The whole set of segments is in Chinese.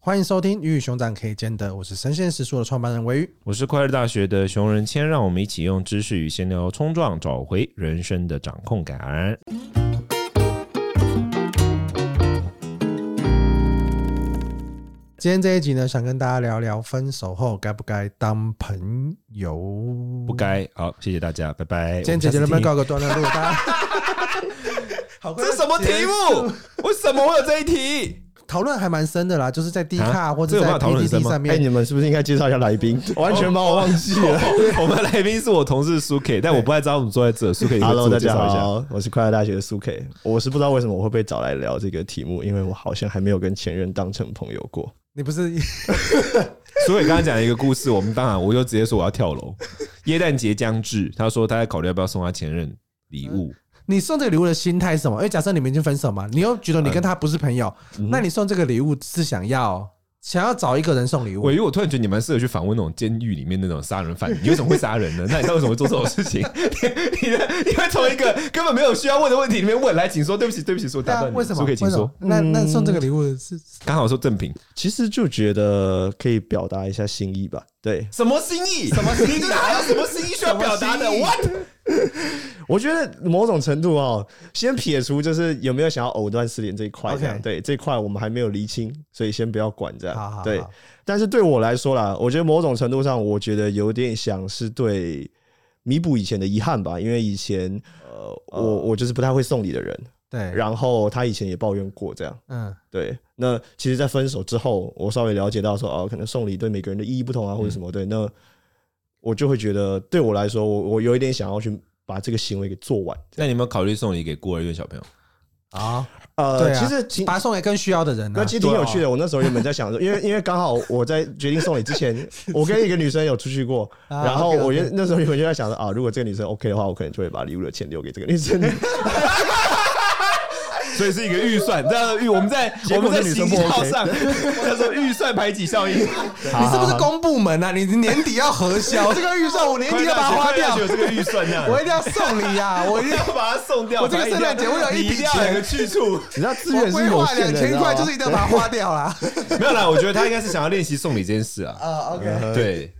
欢迎收听《鱼与熊掌可以兼得》，我是生鲜食宿的创办人维宇。我是快乐大学的熊仁谦，让我们一起用知识与闲聊冲撞，找回人生的掌控感。今天这一集呢，想跟大家聊聊分手后该不该当朋友？不。该，好，谢谢大家，拜拜。今天姐姐能不能告？告个段落？ 大家好快这是什么题目？为什么会有这一题？讨论还蛮深的啦，就是在 D 啊卡或这者有在办法讨论很深 PPT 吗上哎、面，你们是不是应该介绍一下来宾？ 完全把我忘记 了。我们来宾是我同事苏 K，但我不太知道我们坐在这。苏 K，你可以自 Hello，我大介家绍一下。好，我是快乐大学的苏 K。我是不知道为什么我会被找来聊这个题目，因为我好像还没有跟前任当成朋友过。你不是 苏 K 刚刚讲了一个故事，我们当然我就直接说我要跳楼。耶诞节将至，他说他在考虑要不要送他前任礼物。你送这个礼物的心态是什么？因哎为假设你们已经分手嘛，你又觉得你跟他不是朋友，嗯那你送这个礼物是想要想要找一个人送礼物我？因为我突然觉得你蛮适合去访问那种监狱里面那种杀人犯，你为什么会杀人呢？那你到底为什么会做这种事 情？你你的你会从一个根本没有需要问的问题里面问来，请说对不起，对不起，说对打啊断，你，为什么？说可以为请什说么？，那那嗯送这个礼物是刚好说正品，其实就觉得可以表达一下心意吧。对什么心意？什么心意？ 哪有什么心意需要表达的什么心意？What？我觉得某种程度哦，先撇除就是有没有想要藕断丝连这一块 OK 这样对这一块我们还没有厘清，所以先不要管这样。好好好对，但是对我来说啦，我觉得某种程度上，我觉得有点想是对弥补以前的遗憾吧，因为以前呃，我我就是不太会送礼的人，对，然后他以前也抱怨过这样。嗯，对，那其实，在分手之后，我稍微了解到说，哦，可能送礼对每个人的意义不同啊，或嗯者什么。对，那我就会觉得，对我来说，我我有一点想要去把这个行为给做完。那你有没有考虑送礼给孤儿院小朋友？好，呃，对啊其实挺把它送给更需要的人那啊。其实挺有趣对的。我那时候原本在想说，因为因为刚好我在决定送礼之前， 我跟一个女生有出去过，啊然后 OK，OK 我原那时候原本就在想着啊，如果这个女生 OK 的话，我可能就会把礼物的钱留给这个 女生。所以是一个预算，这样的呃预我们在 结我果们在这女行生不销 OK 上 叫做预算排挤效应。你是不是好好公部门啊？你你年底要核销这个预算，我年底要把它花掉快乐大学，有这个预算量，我一定要送礼啊！我我一一定定要把它送掉。我这个圣诞节我有一笔你定要有个去处。你知道资我源是规有划限两的，你知千道块，吗就是一定要把它花掉啦。没有啦，我觉得他应该是想要练习送礼这件事啊。啊，OK，对，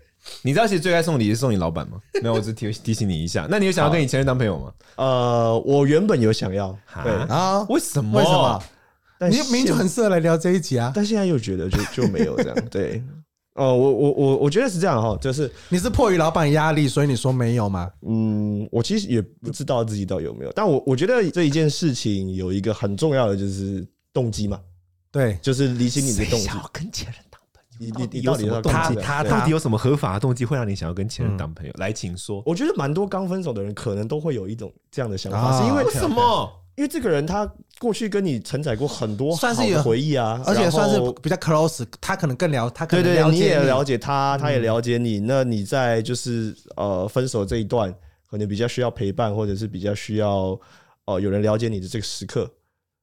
你知道其实最该送礼是送你老板吗？没有，我只提提醒你一下。那你有想要跟你前任当朋友吗？呃，我原本有想要，对，啊啊，为什么？为什么？？但你明明就很适合来聊这一集啊！但现在又觉得就就没有这样，对。 哦，我我我我觉得是这样哈，就是你是迫于老板压力，所以你说没有吗？嗯，我其实也不知道自己到底有没有，但我我觉得这一件事情有一个很重要的就是动机嘛，对，就是厘清你的动谁机想，要跟前任当朋友？你到底你你有到底什么要动干机？嘛他对啊到底有什么合法的动机会让你想要跟前任当朋友？来，请说。我觉得蛮多刚分手的人可能都会有一种这样的想法，啊是因为为什么？因为这个人他过去跟你承载过很多算是好的有回忆啊，而且然后算是比较 close，他可能更了，他可对能对，你解也你嗯了解他，他也了解你。那你在就是呃分手这一段，可能比较需要陪伴，或者是比较需要呃有人了解你的这个时刻。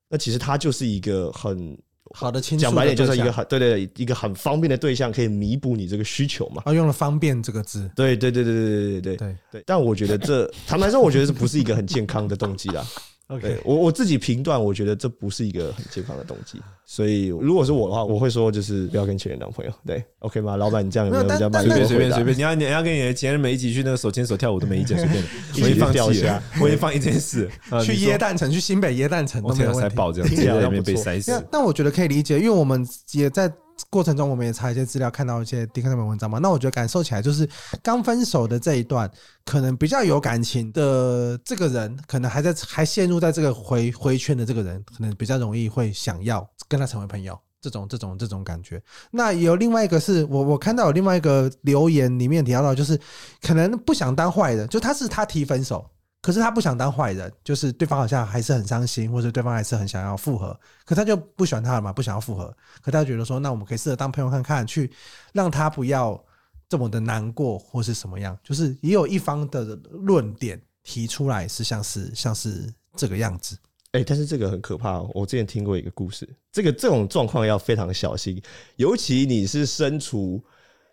那其实他就是一个很好的亲。讲白点，就是一个很对对对一个很方便的对象，可以弥补你这个需求嘛。啊，用了“方便”这个字，对对对对对对对对对对。但我觉得这坦白说，我觉得这不是一个很健康的动机啦。对 ，OK，我我自己评断，我觉得这不是一个很健康的动机。所以如果是我的话，我会说就是不要跟前任当朋友。对，OK 吗？老板，你这样有没有没有比较但满意随我的便随回便答随？便，你要你要跟你的前任们一起去那个手牵手跳舞都没意见，随便的。我已经放掉弃了下，我已经放弃这件事。啊去你说耶诞城，去新北耶诞城我都天没要有塞问题。爆这样，直听起接来在好那边像被不错塞死那。但我觉得可以理解，因为我们也在过程中，我们也查一些资料，看到一些 D 看上面文章嘛。那我觉得感受起来就是，刚分手的这一段，可能比较有感情的这个人，可能还在还陷入在这个回回圈的这个人，可能比较容易会想要跟他成为朋友。这种这种这种感觉，那有另外一个是我我看到有另外一个留言里面提到到，就是可能不想当坏人，就他是他提分手，可是他不想当坏人，就是对方好像还是很伤心，或者对方还是很想要复合，可他就不喜欢他了嘛，不想要复合。可他觉得说，那我们可以试着当朋友看看，去让他不要这么的难过或是什么样。就是也有一方的论点提出来是像是像是这个样子。哎、但是这个很可怕、哦。我之前听过一个故事，这个这种状况要非常小心，尤其你是身处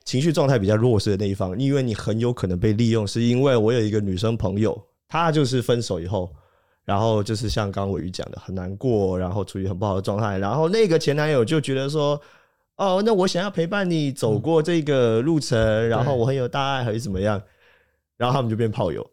情绪状态比较弱势的那一方，因为你很有可能被利用。是因为我有一个女生朋友，她就是分手以后，然后就是像刚刚伟宇讲的，很难过，然后处于很不好的状态，然后那个前男友就觉得说。哦，那我想要陪伴你嗯走过这个路程，然后我很有大爱，还是怎么样？然后他们就变炮友，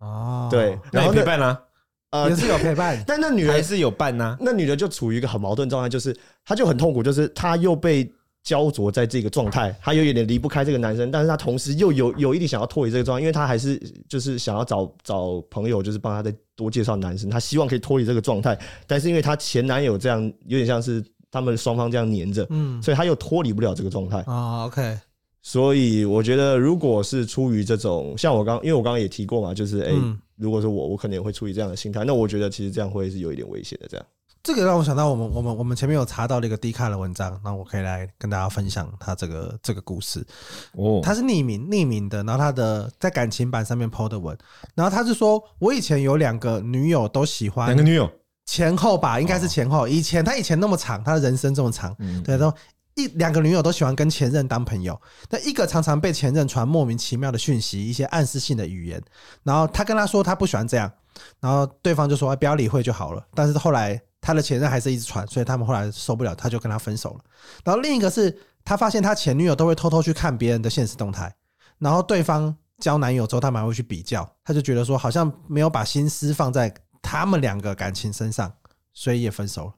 哦，对，然然后后那陪伴啊啦，呃，也，是有陪伴但那女还人是有伴呐。那女的就处于一个很矛盾状态，就是她就很痛苦，就是她又被焦灼在这个状态，她又有点离不开这个男生，但是她同时又有有一点想要脱离这个状态，因为她还是就是想要找找朋友，就是帮她再多介绍男生，她希望可以脱离这个状态，但是因为她前男友这样，有点像是他们双方这样黏着，嗯，所以她又脱离不了这个状态。哦，OK，所以我觉得，如果是出于这种，像我刚，因为我刚刚也提过嘛，就是哎、嗯如果是我，我可能也会出于这样的心态，那我觉得其实这样会是有一点危险的，这样。这个让我想到我们我们我们前面有查到了一个 D 卡的文章，那我可以来跟大家分享他这个这个故事。哦，他是匿名匿名的，然后他的在感情版上面 PO 的文，然后他是说我以前有两个女友都喜两欢个女友，前后吧，应该是前后。以前他以前那么长，他的人生这么长，哦嗯对，然后一两个女友都喜欢跟前任当朋友，那一个常常被前任传莫名其妙的讯息，一些暗示性的语言，然后他跟他说他不喜欢这样，然后对方就说、哎、不要理会就好了。但是后来他的前任还是一直传，所以他们后来受不了，他就跟他分手了。然后另一个是他发现他前女友都会偷偷去看别人的现实动态，然后对方交男友之后，他们还会去比较，他就觉得说好像没有把心思放在他们两个感情身上，所以也分手了。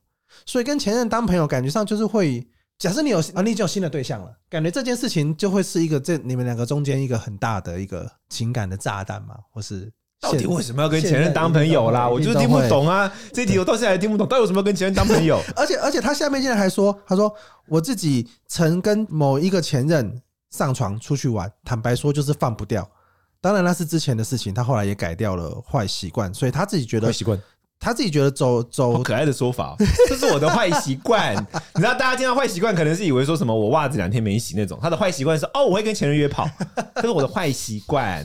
所以跟前任当朋友，感觉上就是会，假设你有啊，你已经有新的对象了，感觉这件事情就会是一个这你们两个中间一个很大的一个情感的炸弹嘛，或是到底为么？什么要跟前任当朋友啦？我就是听不懂啊！这一题我到现在还听不懂，到底为什么要跟前任当 朋友？而且而且他下面竟然还说，他说我自己曾跟某一个前任上床出去玩，坦白说就是放不掉。当然那是之前的事情，他后来也改掉了坏习惯，所以他自己觉得坏习惯，他自己觉得走好走可爱的说法哦，这是我的坏习 惯。你知道，大家听到坏习惯，可能是以为说什么我袜子两天没洗那种。他的坏习惯是哦，我会跟前任约炮，这是我的坏习惯。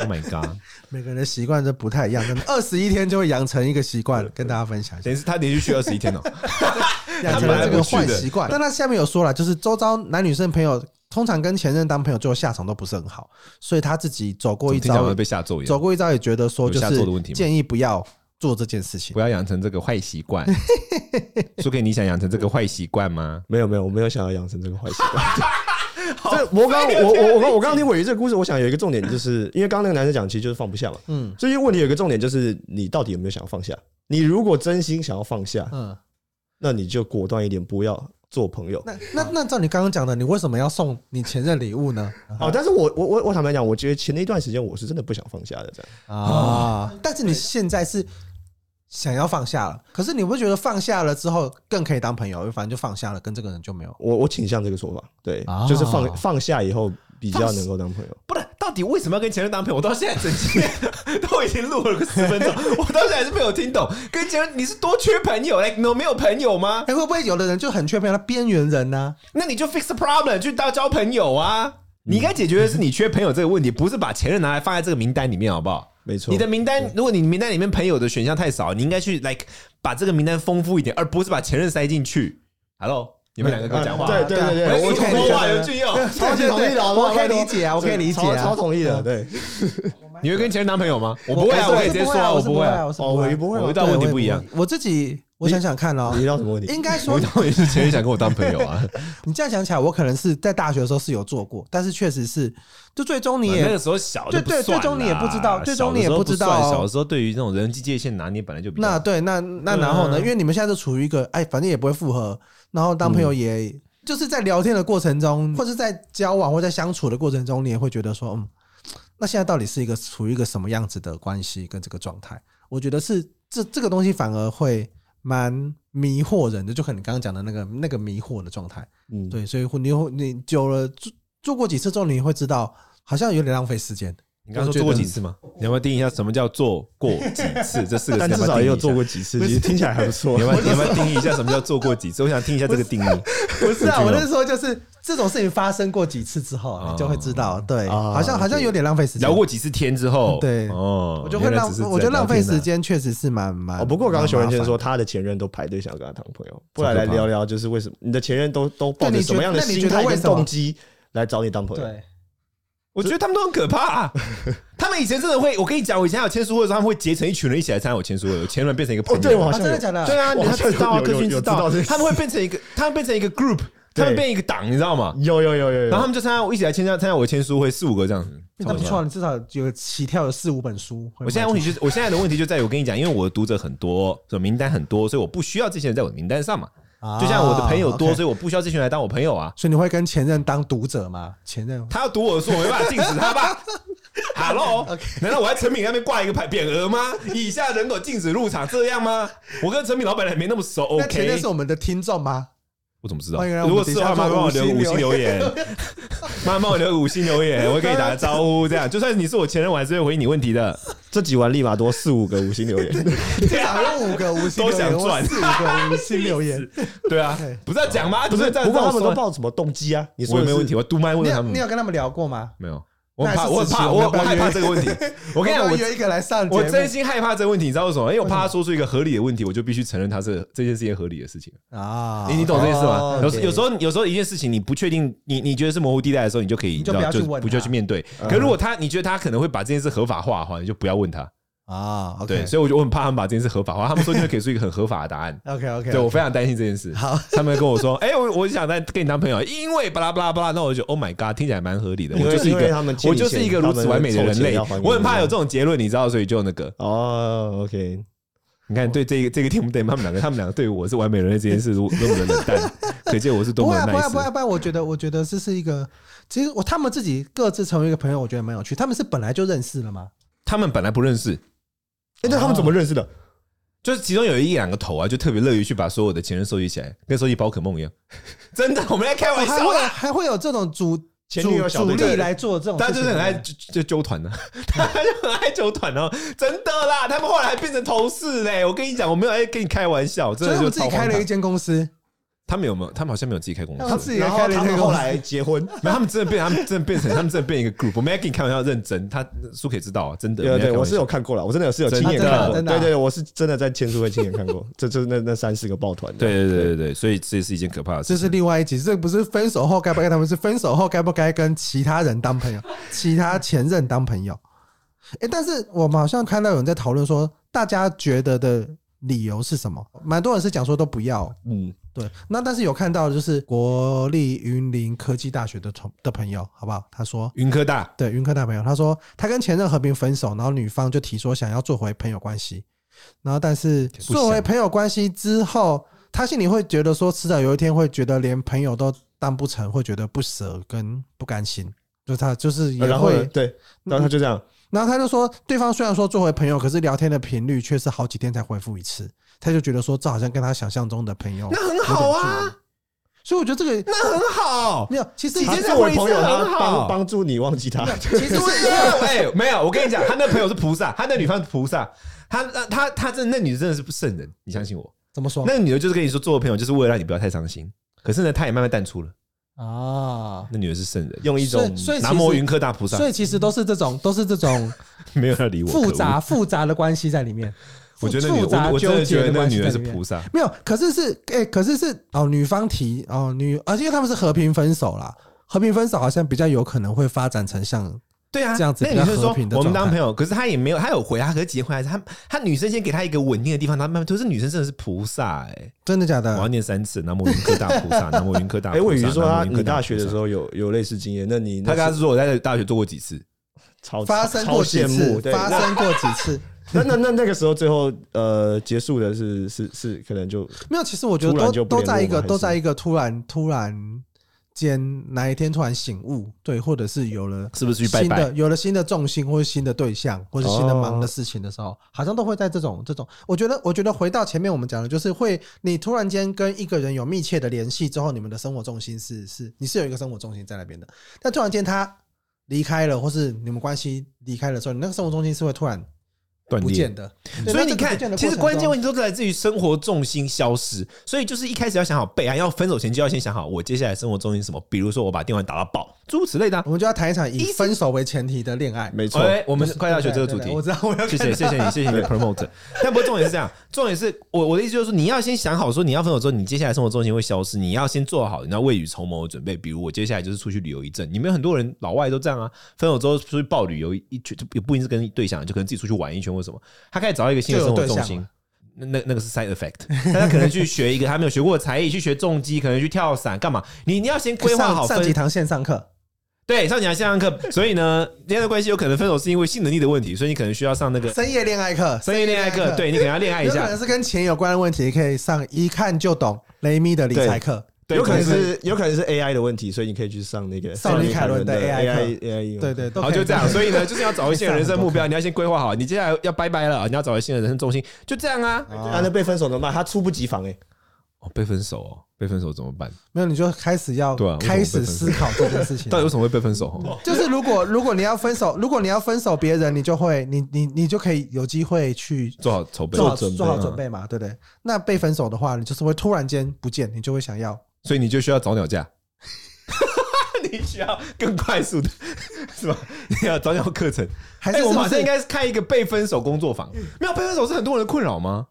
Oh my god！每个人的习惯都不太一样，真的 二十一天就会养成一个习惯，跟大家分享一下等于是他连续去二十一 天哦。养成他本了来这个不去坏的习惯。但他下面有说了，就是周遭男女生朋友通常跟前任当朋友，最后下场都不是很好，所以他自己走过一听起来好遭像，被吓咒一走样，过一遭也觉得说，就有下作的问是题吗建议不要做这件事情不。要养成这个坏习 惯。苏 K，你想养成这个坏习惯吗？没有没有，我没有想要养成这个坏习 惯。这我刚我我我刚我刚听伟瑜这个故事，我想有一个重点，就是因为刚刚那个男生讲，其实就是放不下嘛。嗯所以问题有一个重点就是，你到底有没有想要放下？你如果真心想要放下，嗯，那你就果断一点，不要做朋友。那那那照你刚刚讲的，你为什么要送你前任礼物呢？哦，但是我我我我坦白讲，我觉得前那一段时间我是真的不想放下的，这样。啊，但是你现在是想要放下了，可是你不觉得放下了之后更可以当朋友？反正就放下了，跟这个人就没有。我我倾向这个说法，对，啊就是放放下以后比较能够当朋友。不是，到底为什么要跟前任当朋友？我到现在整天都已经录了个十分钟，我到现在还是没有听懂。跟前任你是多缺朋友？来、like, 你们没有朋友吗？哎、会不会有的人就很缺朋友，他边缘人啊呢、那你就 fix the problem，去当交朋友啊！你应该解决的是你缺朋友这个问题，不是把前任拿来放在这个名单里面，好不好？没错，你的名单，如果你名单里面朋友的选项太少，你应该去 like 把这个名单丰富一点，而不是把前任塞进去。Hello，你们两个跟我讲话。对对对啊对，我我一口同意说的话有句用。超级同意的，好不好我可以理解啊我可以理解啊超超同意的，对。你会跟前任当朋友吗？我不会啊，我可以直接说啊，哎我我是不会啊我。是哦，不我会也啊。不会我啊遇。到问题不一样对。我我自己，我想想看哦你，遇到什么问 题？应该说 我当然是前任想跟我当朋友啊，你这样想起来，我可能是在大学的时候是有做过，但是确实是，就最终 你那也个时候小就对不对算最终你也啦不知道最终你也小的时候不不知道算哦小的时候对于这种人际界限拿捏本来就比较那对那那然后呢？对啊因为你们现在就处于一个哎，反正也不会复合，然后当朋友也、嗯就是在聊天的过程中，或者在交往或在相处的过程中，你也会觉得说，嗯，那现在到底是一个处于一个什么样子的关系跟这个状态？我觉得是这这个东西反而会蛮迷惑人的，就和你刚刚讲的那个那个迷惑的状态。嗯，对，所以会你会你久了做做过几次之后，你会知道好像有点浪费时间。你刚刚说做过几次吗？你要不要定义一下什么叫做过几次这 四个字？但至少也有做过几次，其实听起来还不错 你。要不要。你要不要定义一下什么叫做过几 次？我想听一下这个定义。不 是啊，我我觉得是说就是这种事情发生过几次之后啊，哦你就会知道，对，啊好像好像有点浪费时间。聊，过几次天之后， 对哦，我就会浪，我觉得浪费啊时。间确实是蛮蛮。哦，不过刚刚熊仁先蛮麻说烦，他的前任都排队想要跟他当朋友，不然来聊聊就是为什么你的前任都都抱那着你觉什么样的那你觉心得态为跟什么动机来找你当朋友？对，我觉得他们都很可怕、啊。 他们以前真的会，我跟你讲，我以前还有签书会的时候，他们会结成一群人一起来参加我签书会，有前任变成一个朋哦，友。对，我好啊像真的有假的？对啊，哇你知道啊，有科有勋有知知道道这个，他们会变成一个，他们变成一个 group，他们对变一个党，你知道吗？ 有有有有有，然后他们就参加，一起来参加参加我的签书会，四五个这样子。那不错啊，你至少有起跳有四五本书会卖出去。我现在问题就是，我现在的问题就在于，我跟你讲，因为我的读者很多，所以名单很多，所以我不需要这些人在我的名单上嘛。啊就像我的朋友多， OK 所以我不需要这群人来当我朋友啊。所以你会跟前任当读者吗？前任他要读我的书，我没办法禁止他 吧？Hello，难道我在成品那边挂一个牌匾额吗？以下人口禁止入场，这样吗？我跟成品老板也没那么熟那前任，OK？是我们的听众吗？ 我怎么知道欢迎来？我如们果底是下的话，麻烦帮我留做五五星星留言， 麻烦帮我留五星留言，我会跟你打个招呼。 这样，就算你是我前任，我还是会回你问题的。这几碗立马多四五个五星留言，至少有五个五星留言，都想赚或四五个五星留 言。对啊对，不是要讲吗？不是？这样不过让他我们说都抱什么动机啊？你我说也的没是问题，我嘟麦你问他有们你有跟他们聊过吗？没有？我很那怕，是我很自己怕，我要不我要害怕约这个问题。 我跟你讲，要不我要约一个来上节我真目心害怕这个问题，你知道为什么？因为我怕为什么他说出一个合理的问题，我就必须承认他这这件事情合理的事情。啊你你懂这意思吗哦？有 OK 时有时候有时候一件事情你不确定，你你觉得是模糊地带的时候，你就可以你你就知道不要去就问不就他去面对。嗯可如果他你觉得他可能会把这件事合法化的话，你就不要问他。啊对， ？OK。所以我就我很怕他们把这件事合法化。他们说就会给出一个很合法的答案 OK OK，对我非常担心这件事。好，他们跟我说：“哎、我我想再跟你当朋友，因为巴拉巴拉巴拉。”那我就 Oh my God，听起来蛮合理的。因我为就是一因为个他们欠我你钱就是一个如此完美的人他们凑钱类要还，你我很怕有这种结论，你知道，所以就那个。哦，OK，你看，对这个这个 team 对他们两个，他们两个对我是完美人类这件事，多么的冷淡，可见我是多不会么啊的不会啊不会 nice 啊。不会啊，我觉得我觉得这是一个，其实我他们自己各自成为一个朋友，我觉得蛮有趣。他们是本来就认识了吗？他们本来不认识，哦哎，那他们怎么认识的？就是其中有一两个头啊，就特别乐于去把所有的前任收集起来，跟收集宝可梦一样。真的，我们在开哎玩还笑会啦。还会有这种主啊前女友主小主队长力来做这种事他情吗，就是很爱就就揪团呢、他就很爱揪团哦， 真的啦，他们后来还变成同事嘞。我跟你讲，我没有在跟你开玩笑，真所以的他就们自己超荒开了一唐。间公司，他们有没有？他们好像没有自己开公他们司，自己也然后开了一他间们公后司。来结婚，没有，他们真的变，他们真的变成，他们真的变一个 group。我没在跟你开玩笑，认真。他苏可以知道啊，真的。对没对在对，开玩我是笑有看过了，我真的有是有真亲的眼看过，真的啊对对，我是真的在签书会亲眼看过， 这这那那三四个抱团呃的，对对对对对，所以这是一件可怕的这事。是另外一集，这不是分手后该不该他们是分手后该不该跟其他人当朋友，其他前任当朋友。哎、但是我们好像看到有人在讨论说，大家觉得的理由是什么？蛮多人是讲说都不要。嗯，对，那但是有看到就是国立云林科技大学的同的朋友，好不好？他说，云科大，对云科大朋友，他说他跟前任和平分手，然后女方就提说想要做回朋友关系，然后但是不想做回朋友关系之后，他心里会觉得说，迟早有一天会觉得连朋友都当不成，会觉得不舍跟不甘心，就是他就是也呃然后呢会，对，然后他就这样，然后他就说，对方虽然说做回朋友，可是聊天的频率却是好几天才回复一次，他就觉得说这好像跟他想象中的朋友那很好有点距啊离，所以我觉得这个那很好没。有，其实你他这他在作回为忆朋友，是他很好帮帮助你忘记他， 其实对是啊，哎，没有，我跟你讲，他那朋友是菩萨，他那女方是菩萨，他呃他他真的那女的真的是不圣人，你相信我。怎么说那个女的就是跟你说，做朋友就是为了让你不要太伤心。可是呢，她也慢慢淡出了。啊？那女的是圣人，用一种所以所以其实南无云科大菩萨，所以其实都是这种，都是这种没有要理我。复可恶，杂 复杂的关系在里面。 我觉得那女复的，杂我我真纠的觉结的得那关女系在的是里面。菩萨。没有，可是是哎、可是是哦，女方提哦女，而、且他们是和平分手啦。和平分手好像比较有可能会发展成像对啊，这样子那比较女生和说平的我们状当态朋友，可是她也没有，她有回她，可是结婚还是她，她女生先给她一个稳定的地方，她慢慢，就是女生真的是菩萨哎、真的假我要的？念三次南无云科大菩萨，南无云科大菩哎，萨。我以为说他南无云科你大学的菩萨时，候有有类似经验，那你他跟那她是说我在大学做过几次，超发生过几超羡次慕？对，发那生过几 次？那那那那个时候最后呃结束的是是是可能就没有，其实我觉得突然都就都不联络在一个吗还都是在一个突然突然间哪一天突然醒悟，对，或者是有了是不是去拜新的拜？有了新的重心，或是新的对象，或是新的忙哦的事情的时候，好像都会在这种这种。我觉得，我觉得回到前面我们讲的，就是会你突然间跟一个人有密切的联系之后，你们的生活重心是是你是有一个生活重心在那边的，但突然间他离开了，或是你们关系离开了之后，你那个生活重心是会突然断不裂见。的。所以你看，其实关键问问题都是来自于生活重心消失。所以就是一开始要想好备案，要分手前就要先想好我接下来生活重心是什么，比如说我把电话打到爆，诸如此类的啊我。们就要谈一场以分手为前提的恋爱。没错，哎，我们快大学这个主对对题对，我知道，我要谢谢谢谢你，谢谢你的 promote。但不过重点 是这样，重点是我我的意思就是说，你要先想好说你要分手之后，你接下来生活重心会消失，你要先做好你要未雨绸缪的准备。比如我接下来就是出去旅游一阵，你们有很多人老外都这样啊，分手之后出去啊报旅游一圈，就也不一定是跟对象，就可能自己出去玩一圈或什么，他开始找到一个新的生活重就有对象心了。那那那个是 side effect，但 他可能去学一个他没有学过的才艺，去学重击，可能去跳伞，干嘛？你你要先规划好上上分几堂线上课，对上几堂线上课，所 以呢，恋爱的关系有可能分手是因为性能力的问题，所以你可能需要上那个深夜恋爱课，深夜恋爱课，对你可能要恋爱一有可下能，是跟钱有关的问题，可以上一看就懂雷米的理财课。对有可能对是有可能是 AI 的问题，所以你可以去上那个上利李凯伦的 AI AI AI 应用对对，都好，可以就这样。所以呢，就是要找一些人生目非常 标，你要先规划好，你接下来要拜拜了，你要找一些人生重心，就这样啊。啊，那被分手怎么办？他猝不及防哎、哦，被分手哦，被分手怎么办？没有，你就开始要对啊为什么开始思考这件 事情到。底为什么会被分手？哦就是如果如果你要分手，如果你要分手别人，你就会你你你就可以有机会去做好筹备，做好做准备做好准备嘛，对不对？那被分手的话，你就是会突然间不见，你就会想要所以你就需要早 鸟价，你需要更快速的， 是吧？你要早鸟课程。还哎、是是我不马上是嗯应该开一个被分手工作坊。没有被分手是很多人的困扰吗？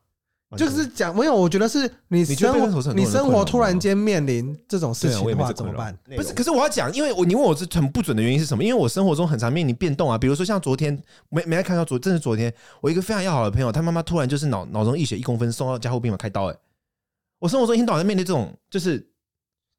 就是讲没有？我觉得是你你觉生得被分手是活很多人的生困扰活吗突然间面临这种事对啊情我也的没话这怎困么扰办？内不容是，可是我要讲，因为我你问我是很不准的原因是什么？因为我生活中很常面临变动啊，比如说像昨天没没来看到昨，真的昨天我一个非常要好的朋友，他妈妈突然就是脑脑中溢血一公分，送到加护病房开刀、哎，我生活中一天到晚在面对这种，就是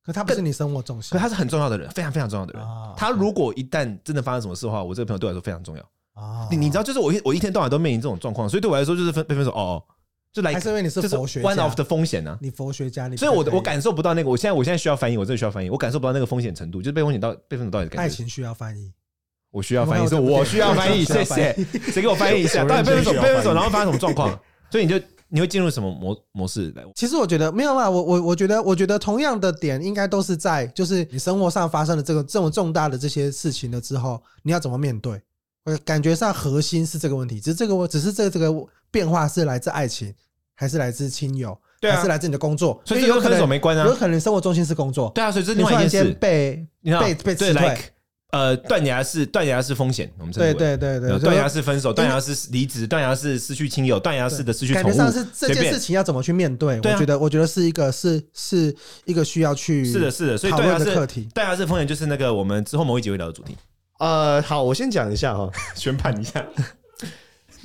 可他不是你生活重可心是他是很重要的人，非常非常重要的人。啊他如果一旦真的发生什么事的话，我这个朋友对我来说非常重要。啊你你知道，就是我一我一天到晚都面临这种状况，所以对我来说就是分被分手哦，哦就来还是因为你是啊就是佛学家 one of 的风险呢、你佛学家，你所以我不可我感受不到那个，我现在我现在需要翻译，我真的需要翻译，我感受不到那个风险程度，就是被风险到被分手到底的感爱觉。情需要翻译，我需要翻译，是我需要翻译，谢谢，谁给我翻译一下？有到底人被分手需要被分手，翻译然后发生什么状况？所以你就你会进入什么模模式来？其实我觉得没有啦，啊我我我觉得，我觉得同样的点应该都是在就是你生活上发生了这个这种重大的这些事情了之后，你要怎么面对？我感觉上核心是这个问题，只是这个只是这这个变化是来自爱情，还是来自亲友，对啊还是来自你的工作？所以因为有这跟可分手能没关啊有可能生活重心是工作，对啊，所以这是你另突外然一件间事。被你看啊，被被对辞，like 退，呃，断崖式断崖式风险，我们称之为对对对对，有所断以崖式分手，断崖式离职，断崖式失去亲友，断崖式的失去感宠觉物上是，这件事情要怎么去面对？对啊我觉得，我觉得是一个是是一个需要去是的，是的，所以讨断啊论崖的课式题。断崖式风险就是那个我们之后某一集会聊的主题，呃，好，我先讲一下哈， 宣判一下。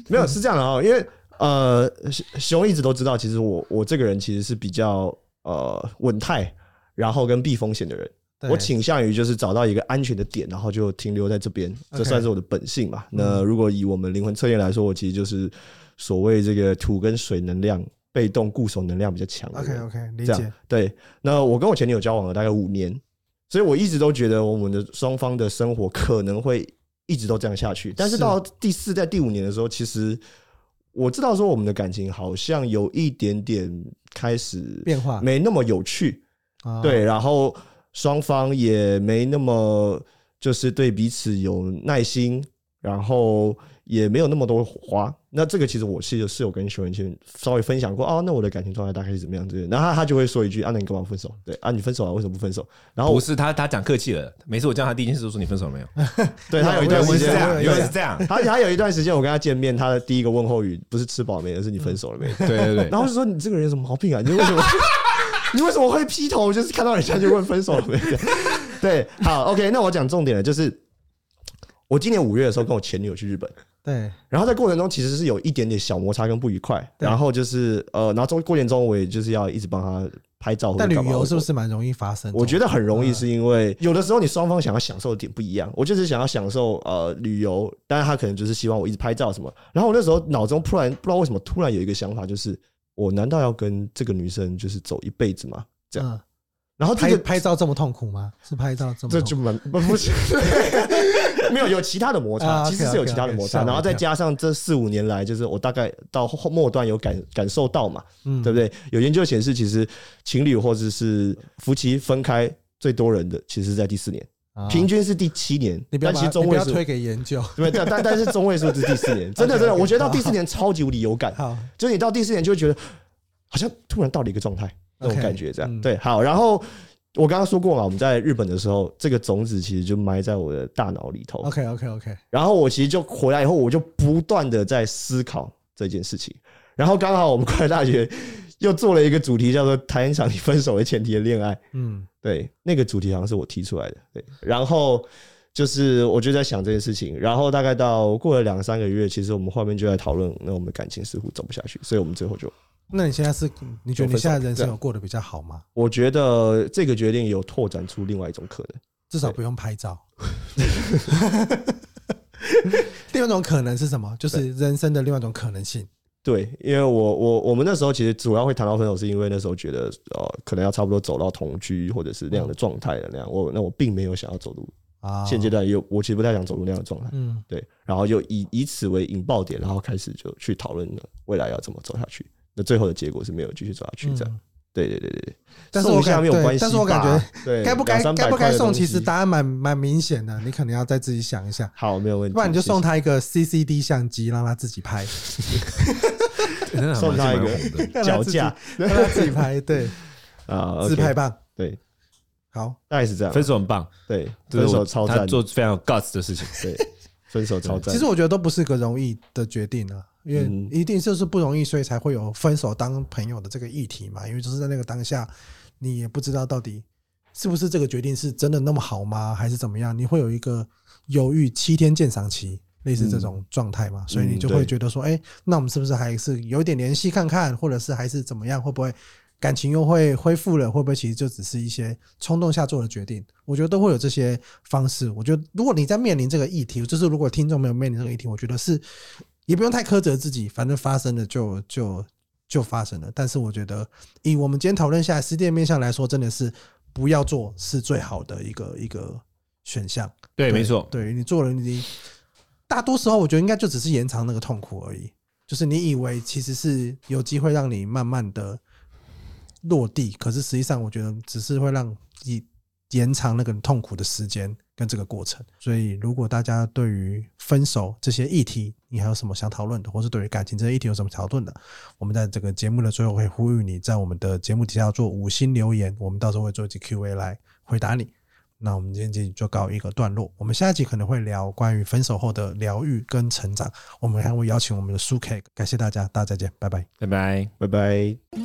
没有是这样的哈，因为呃，熊熊一直都知道，其实我我这个人其实是比较呃稳态，然后跟避风险的人，对我倾向于就是找到一个安全的点，然后就停留在这边，这 OK 嗯算是我的本性嘛。那如果以我们灵魂测验来说，我其实就是所谓这个土跟水能量被动固守能量比较强的 OK 人。 OK 理这解样。对，那我跟我前女友交往了大概五年，所以我一直都觉得我们的双方的生活可能会一直都这样下去。但是是到第四代、第五年的时候，其实我知道说我们的感情好像有一点点开始变化没那么有趣，啊对，然后双方也没那么就是对彼此有耐心，然后也没有那么多火花。那这个其实我是有是有跟熊仁谦稍微分享过哦，那我的感情状态大概是怎么样子？然后他他就会说一句啊，那你干嘛分手？对啊，你分手啊，为什么不分手？然后不我是他，他讲客气了，每次我叫他第一件事就说你分手了没有？对他有一对段原我文时是有这间样，有原有文是这样，他他有一段时间我跟他见面，他的第一个问候语不是吃饱没，而是你分手了没？对对对。然后我就说你这个人有什么毛病啊？你 为什么你为什么会劈头？就是看到人家就问分手 了没？对，好，OK，那我讲重点了，就是我今年五月的时候跟我前女友去日本，对然后在过程中其实是有一点点小摩擦跟不愉快，对然后就是呃，然后中过程中我也就是要一直帮她拍照或者但旅干嘛游我是不是蛮容易发生？我觉得得很容易，是因为有的时候你双方想要享受的点不一样。我就是想要享受呃旅游，但是他可能就是希望我一直拍照什么。然后我那时候脑中突然不知道为什么突然有一个想法，就是我难道要跟这个女生就是走一辈子吗？这样嗯，然后这拍个拍照这么痛苦吗？是拍照这么这痛就蛮不 不是没有有其他的摩啊擦， ，OK，其实是有其他的摩 OK，OK，吓我擦。一跳然后再加上这四五年来，就是我大概到后末端有感感受到嘛，嗯对不对？有研究显示，其实情侣或者是夫妻分开最多人的，其实是在第四年。啊平均是第七年，你不要但把其实你中不位要数推给研究。对，但但但是中位数是第四 年，真的 OK，OK，真的，我觉得到好第四年超级无敌有 感，好，就是你到第四年就会觉得好像突然到了一个状态那种 OK，感觉，这样嗯对。好，然后我刚刚说过嘛，我们在日本的时候，这个种子其实就埋在我的大脑里头， OK OK OK，然后我其实就回来以后，我就不断的在思考这件事情。然后刚好我们快乐大学又做了一个主题，叫做“谈一场以分手为前提的恋爱”。嗯，对，那个主题好像是我提出来的。对，然后就是我就在想这件事情，然后大概到过了两三个月，其实我们画面就在讨论，那我们感情似乎走不下去，所以我们最后就那你现在是你觉得你现在人生有过得比较好吗？我觉得这个决定有拓展出另外一种可能。至少不用拍 照。第二种可能是什么？就是人生的另外一种可能性。对，因为我我我们那时候其实主要会谈到分手，是因为那时候觉得呃，可能要差不多走到同居或者是那样的状态了。那样我那我并没有想要走入啊，现阶段有我其实不太想走入那样的状态。嗯，对，然后就以以此为引爆点，然后开始就去讨论了未来要怎么走下去。那最后的结果是没有继续走下去，这样。嗯对对对对对，但是送我一下感没有对关系吧，但是我感觉对该不两该三百该不块该的送？东其实西答案蛮蛮明显的，你可能要再自己想一下，好没有问题，不然你就谢谢送他一个 CCD 相机，让他自己 拍，真的还送他蛮一蛮个红的。让他脚自己架 让他自己拍，对，啊，自拍 OK，棒。对，好，大概是这样。分手很棒，对，这是分我手超他赞，做非常有 guts 的事情。对，分手超赞。其实我觉得都不是个容易的决定啊，因为嗯一定就是不容易，所以才会有分手当朋友的这个议题嘛。因为就是在那个当下，你也不知道到底是不是这个决定是真的那么好吗，还是怎么样？你会有一个犹豫七天鉴赏期，类似这种状态嘛，所以你就会嗯对觉得说，哎、那我们是不是还是有一点联系看看，或者是还是怎么样？会不会感情又会恢复了？会不会其实就只是一些冲动下做的决定？我觉得都会有这些方式。我觉得如果你在面临这个议题，就是如果听众没有面临这个议题，我觉得是也不用太苛责自己，反正发生了就就就发生了。但是我觉得以我们今天讨论下来，失恋面向来说，真的是不要做是最好的一个一个选项。对，没错，对你做了你，大多时候我觉得应该就只是延长那个痛苦而已。就是你以为其实是有机会让你慢慢的落地，可是实际上我觉得只是会让你延长那个痛苦的时间跟这个过程。所以，如果大家对于分手这些议题，你还有什么想讨论的，或是对于感情这些议题有什么讨论的，我们在这个节目的最后会呼吁你在我们的节目底下做五星留言，我们到时候会做一集 Q&A 来回答你。那我们今天这集就告一个段落，我们下一集可能会聊关于分手后的疗愈跟成长，我们还会邀请我们的苏 K，感谢大家，大家再见，拜拜。拜拜。拜拜。